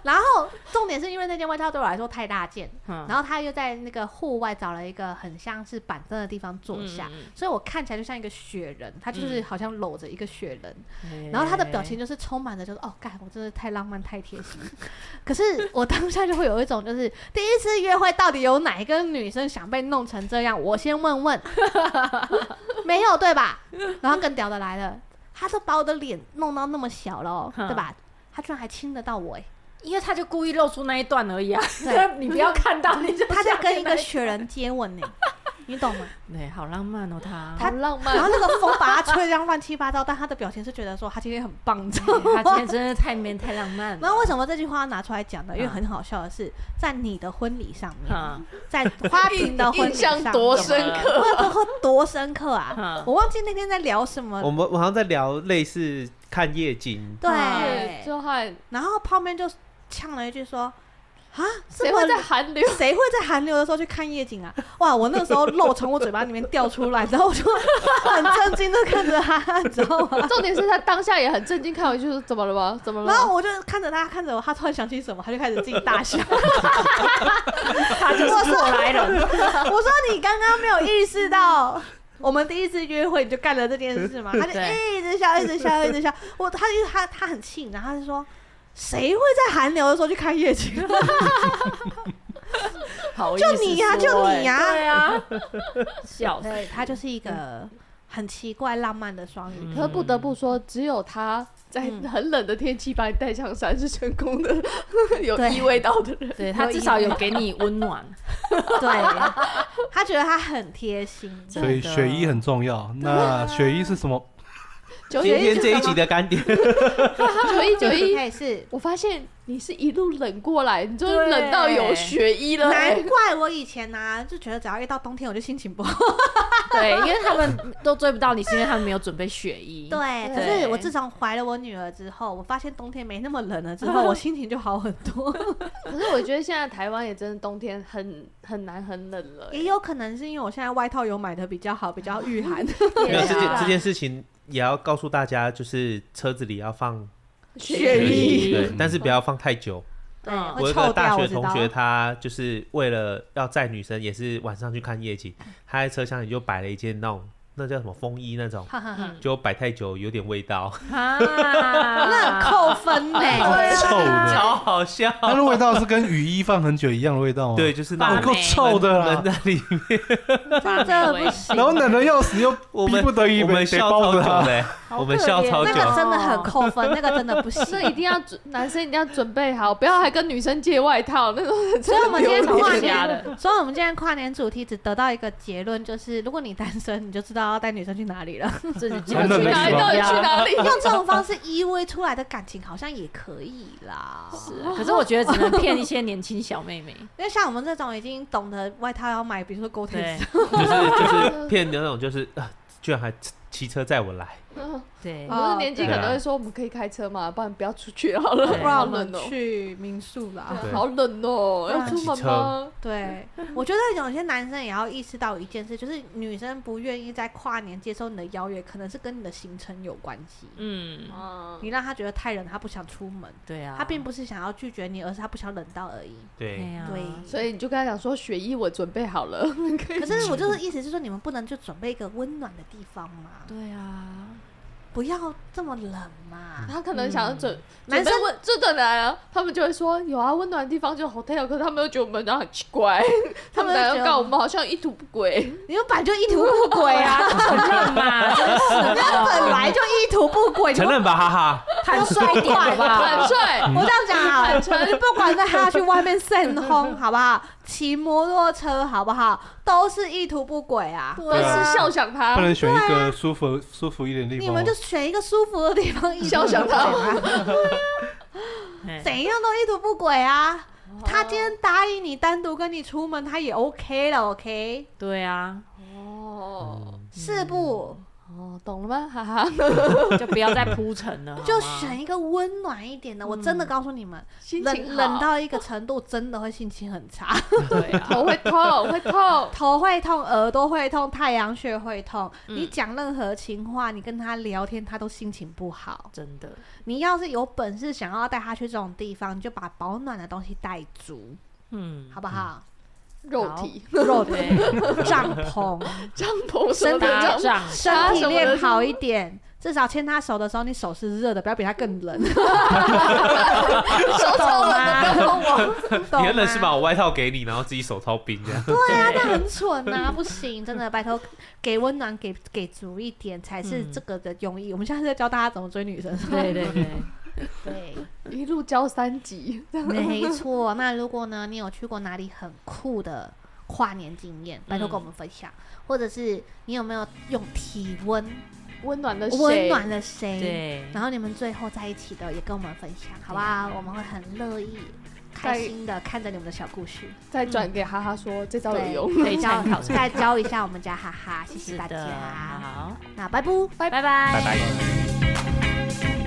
B: 然后重点是因为那件外套对我来说太大件，
C: 然
E: 嗯
B: 然后他又在那个户外找了一个很像是板凳的地方坐下，
E: 嗯
B: 所以我看起来就像一个雪人，他就是好像搂着一个雪人，然后他的表情就是充满着就是哦，干，我真的太浪漫太贴心。 可是我当下就会有一种就是第一次约会到底有哪一个女生想被弄成这样？我先问问，没有对吧？然后更屌的来了，他都把我的脸弄到那么小了、哦，对吧？他居然还亲得到我哎、
C: 因为他就故意露出那一段而已啊，你不要看到，你就
B: 他在
C: 下
B: 跟
C: 面
B: 一
C: 那
B: 个雪人接吻呢、你懂吗？
C: 对，好浪漫哦，他
E: 好浪
B: 然
E: 漫。
B: 后那个风把他吹得这样乱七八糟，但他的表情是觉得说他今天很棒，你知道吗
C: 他今天真的太 man 太浪漫
B: 然
C: 了。
B: 后为什么这句话要拿出来讲呢？因为
C: 嗯
B: 很好笑的是，在你的婚礼上面，
C: 嗯
B: 在花瓶的婚礼
E: 印
B: 上
E: 象
B: 面，
E: 多深刻，
B: 哇，会多深刻啊
C: 嗯！
B: 我忘记那天在聊什
D: 我
B: 么，
D: 们好像在聊类似看夜景，
B: 对，
E: 对，就很
B: 然后泡面就呛了一句说：“啊，
E: 谁
B: 这么
E: 会在寒流？
B: 谁会在寒流的时候去看夜景啊？ 哇！我那个时候肉从我嘴巴里面掉出来，然后我就 很震惊的看着他，你知道吗？
E: 重点是他当下也很震惊，看回去说怎么了吗？怎么了
B: 然
E: 吗？
B: 后我就看着他，看着我，他突然想起什么，他就开始自己大笑。他就是过来人。 我说你刚刚没有意识到。我们第一次约会你就干了这件事吗？他就
C: 对
B: 一直笑，一直笑，一直笑。我他就他他很气，然后他就说：“谁会在寒流的时候去看夜 景？
C: 好意思
B: 就
C: 说欸，
B: 你呀就你呀
C: 对啊， 笑死，
B: 对他就是一个很奇怪浪漫的双
C: 嗯
B: 鱼。
E: 可是不得不说，只有他在
B: 嗯
E: 很冷的天气把你带上山是成功的， 有
B: 对
E: 意味到的人。
C: 对他至少有给你温暖，
B: 对， 他觉得他很贴心。
C: 真
A: 所以
C: 的啊
A: 雪衣很重要。那雪衣是什么？
E: 九
D: 今
E: 一
D: 天这一集的干 爹，
B: 啊
E: 九一九 一，
B: 他也是，
E: 我发现你是一路冷过来，你就
C: 对
E: 冷到有雪衣了、
B: 难
E: 欸。
B: 怪我以前呢、就觉得只要一到冬天我就心情不好。
C: 对，因为他们都追不到你，是因为他们没有准备雪衣。
B: 对，可
C: 对
B: 是我自从怀了我女儿之后，我发现冬天没那么冷了，之 后我心情就好很多。
E: 可是我觉得现在台湾也真的冬天很很难很冷了、
B: 也有可能是因为我现在外套有买的比较好，比较御 寒。
D: 没有
E: 也
D: 这
E: 是
D: 件
E: 啦
D: 这件事情也要告诉大家，就是车子里要放
B: 雪
C: 衣
D: 对，但是不要放太久。
C: 嗯
B: 会
D: 我
B: 嗯哦
D: 有
B: 臭
D: 个大
B: 掉我
D: 学
B: 知
D: 同
B: 道
D: 学，他就是为了要载女生，也是晚上去看夜景，
B: 嗯
D: 他在车厢里就摆了一件那种那叫什么风衣那种，
B: 哈哈哈，
C: 嗯
D: 就摆太久有点 味道，
C: 啊，
B: 那很扣分呢、
D: 哎
A: 臭的，
D: 超好笑。
A: 它的味道是跟雨衣放很久一样的味道吗？
D: 对，，就是
A: 那
D: 那
A: 我够
D: 种
C: 发霉
A: 臭的
D: 闷
A: 啦。
D: 在里面，
C: 发
B: 这真的
C: 霉
B: 不
C: 味
B: 行。
A: 然后冷的要死，又
D: 我
A: 逼
D: 们
A: 不得已
D: 我
A: 得
D: 们
A: 得
D: 笑
A: 包
D: 超
A: 着啊
D: 久
A: 它。
D: 的欸，
C: 好
D: 我们
C: 可
D: 笑
C: 怜
D: 超
B: 那
D: 久。
B: 个真的很扣分，那个真的不行。
E: 所以一定要准，男生一定要准备好，不要还跟女生借外套那种。
B: 所以我们今天
C: 流
B: 跨
C: 露家
B: 年，
C: 的
B: 所以我们今天跨年主题只得到一个结论，就是如果你单身，你就知道要带女生去哪里了。
C: 这是
E: 到
A: 真
E: 底
A: 的
E: 去
A: 没
E: 哪里？
A: 礼貌
E: 到底去哪里？
B: 用这种方式依偎出来的感情，好像也可以啦。
C: 是啊可是我觉得只能骗一些年轻小妹 妹，
B: 因为像我们这种已经懂得外套要买，比如说 g o t
C: 对
B: e
D: 就是就是骗那种就是啊，居然还骑骑车载我来，
E: 嗯
C: 对
E: 我，们年纪可能
D: 对
E: 会
D: 啊
E: 说，我们可以开车嘛，不然不要出去好 了，
C: 对
B: 不然
E: 好
B: 我
E: 冷
B: 们
E: 哦、
B: 去民宿啦。
E: 对
D: 对
E: 好冷哦、要
B: 嗯
E: 出门吗？
B: 对， 我觉得有些男生也要意识到一件事，就是女生不愿意在跨年接受你的邀约，可能是跟你的行程有关系。
C: 嗯，
E: 嗯
B: 你让她觉得太冷，她不想出门，
C: 对啊，
B: 她并不是想要拒绝你，而是她不想冷到而已。
C: 对
D: 对，
C: 啊，
B: 对
E: 所以你就跟他讲说，雪衣我准备好了，可以
B: 可
C: 嗯
B: 是我就是意思是说，你们不能就准备一个温暖的地方嘛，
C: 对啊，
B: 不要这么冷
C: 嗯
B: 嘛。
E: 他可能想要准，
B: 嗯男生
E: 准备温这等来啊，他们就会说有啊，温暖的地方就 hotel，可是他们又觉得我们这样很奇怪，他们
B: 就
E: 要
B: 觉得
E: 告我们好像意图不轨，
B: 你们本来就意图不轨
C: 对
B: 啊，
C: 啊，承认嘛，真是哦
B: 他
C: 的，
B: 本来就意图不轨，你
D: 承
B: 们
D: 认吧，哈哈。
C: 坦率一点好不
B: 啊
E: 坦
C: 好？
E: 率。
B: 我这样讲好了，就是不管是他去外面扇风好不好，骑摩托车好不好，都是意图不轨啊。
E: 我是笑想他
A: 不，能选一个舒服舒服一点的地方
B: 你
A: 吗。
B: 们就选一个舒服的地方，意图
E: 笑
B: 不
E: 想
B: 轨
E: 他
B: 啊，
C: 哎
B: 怎样都意图不轨啊。他今天答应你单独跟你出门，他也 OK 了，OK？
C: 对啊，
E: 哦
B: 是不？
E: 哦，懂了吗？哈哈，
C: 就不要再铺 陈了，
B: 就
C: 好吗
B: 选一个温暖一点的。我真的告诉你们，
E: 心情
B: 冷
E: 好
B: 冷到一个程度，真的会心情很差，
C: 对啊，
E: 头会痛，会痛。
B: 头会痛，耳朵会痛，太阳穴会痛。
C: 嗯
B: 你讲任何情话，你跟他聊天，他都心情不好。
C: 真的，
B: 你要是有本事想要带他去这种地方，你就把保暖的东西带足，
C: 嗯，
B: 好不好？
E: 肉体
B: 肉 体、
C: 对，
B: 帐篷，
E: 帐篷什
B: 身
E: 么的
B: 体
C: 搭
E: 帐
C: 帐，
B: 身体练好一点。至少牵他手的时候，你手是热的，不要比他更冷。
E: 篷，手超冷的，不要碰我。
B: 懂
D: 你很冷
B: 吗
D: 是把我外套给你，然后自己手超冰这样。
B: 对啊，那很蠢呐、 不行，真的，拜托给温暖，给给足一点才是
C: 嗯
B: 这个的用意。我们现在是在教大家怎么追女生，
C: 对对对，
B: 对，
E: 一路教三级，
B: 没错。那如果呢，你有去过哪里很酷的跨年经验，拜托跟我们分享，或者是你有没有用体温
E: 温暖的
B: 温
E: 水，
B: 暖了谁？
C: 对
B: 然后你们最后在一起的也跟我们分享，好不好？我们会很乐意、
E: 在
B: 开心的看着你们的小故事。
E: 再转给哈哈说这招有
B: 对，
E: 用。
C: 可以参考参考
B: 再教一下我们家 哈哈，谢谢
C: 是
B: 大
C: 的，
B: 家。
C: 好，
B: 那拜拜。
C: 拜拜
D: 拜拜。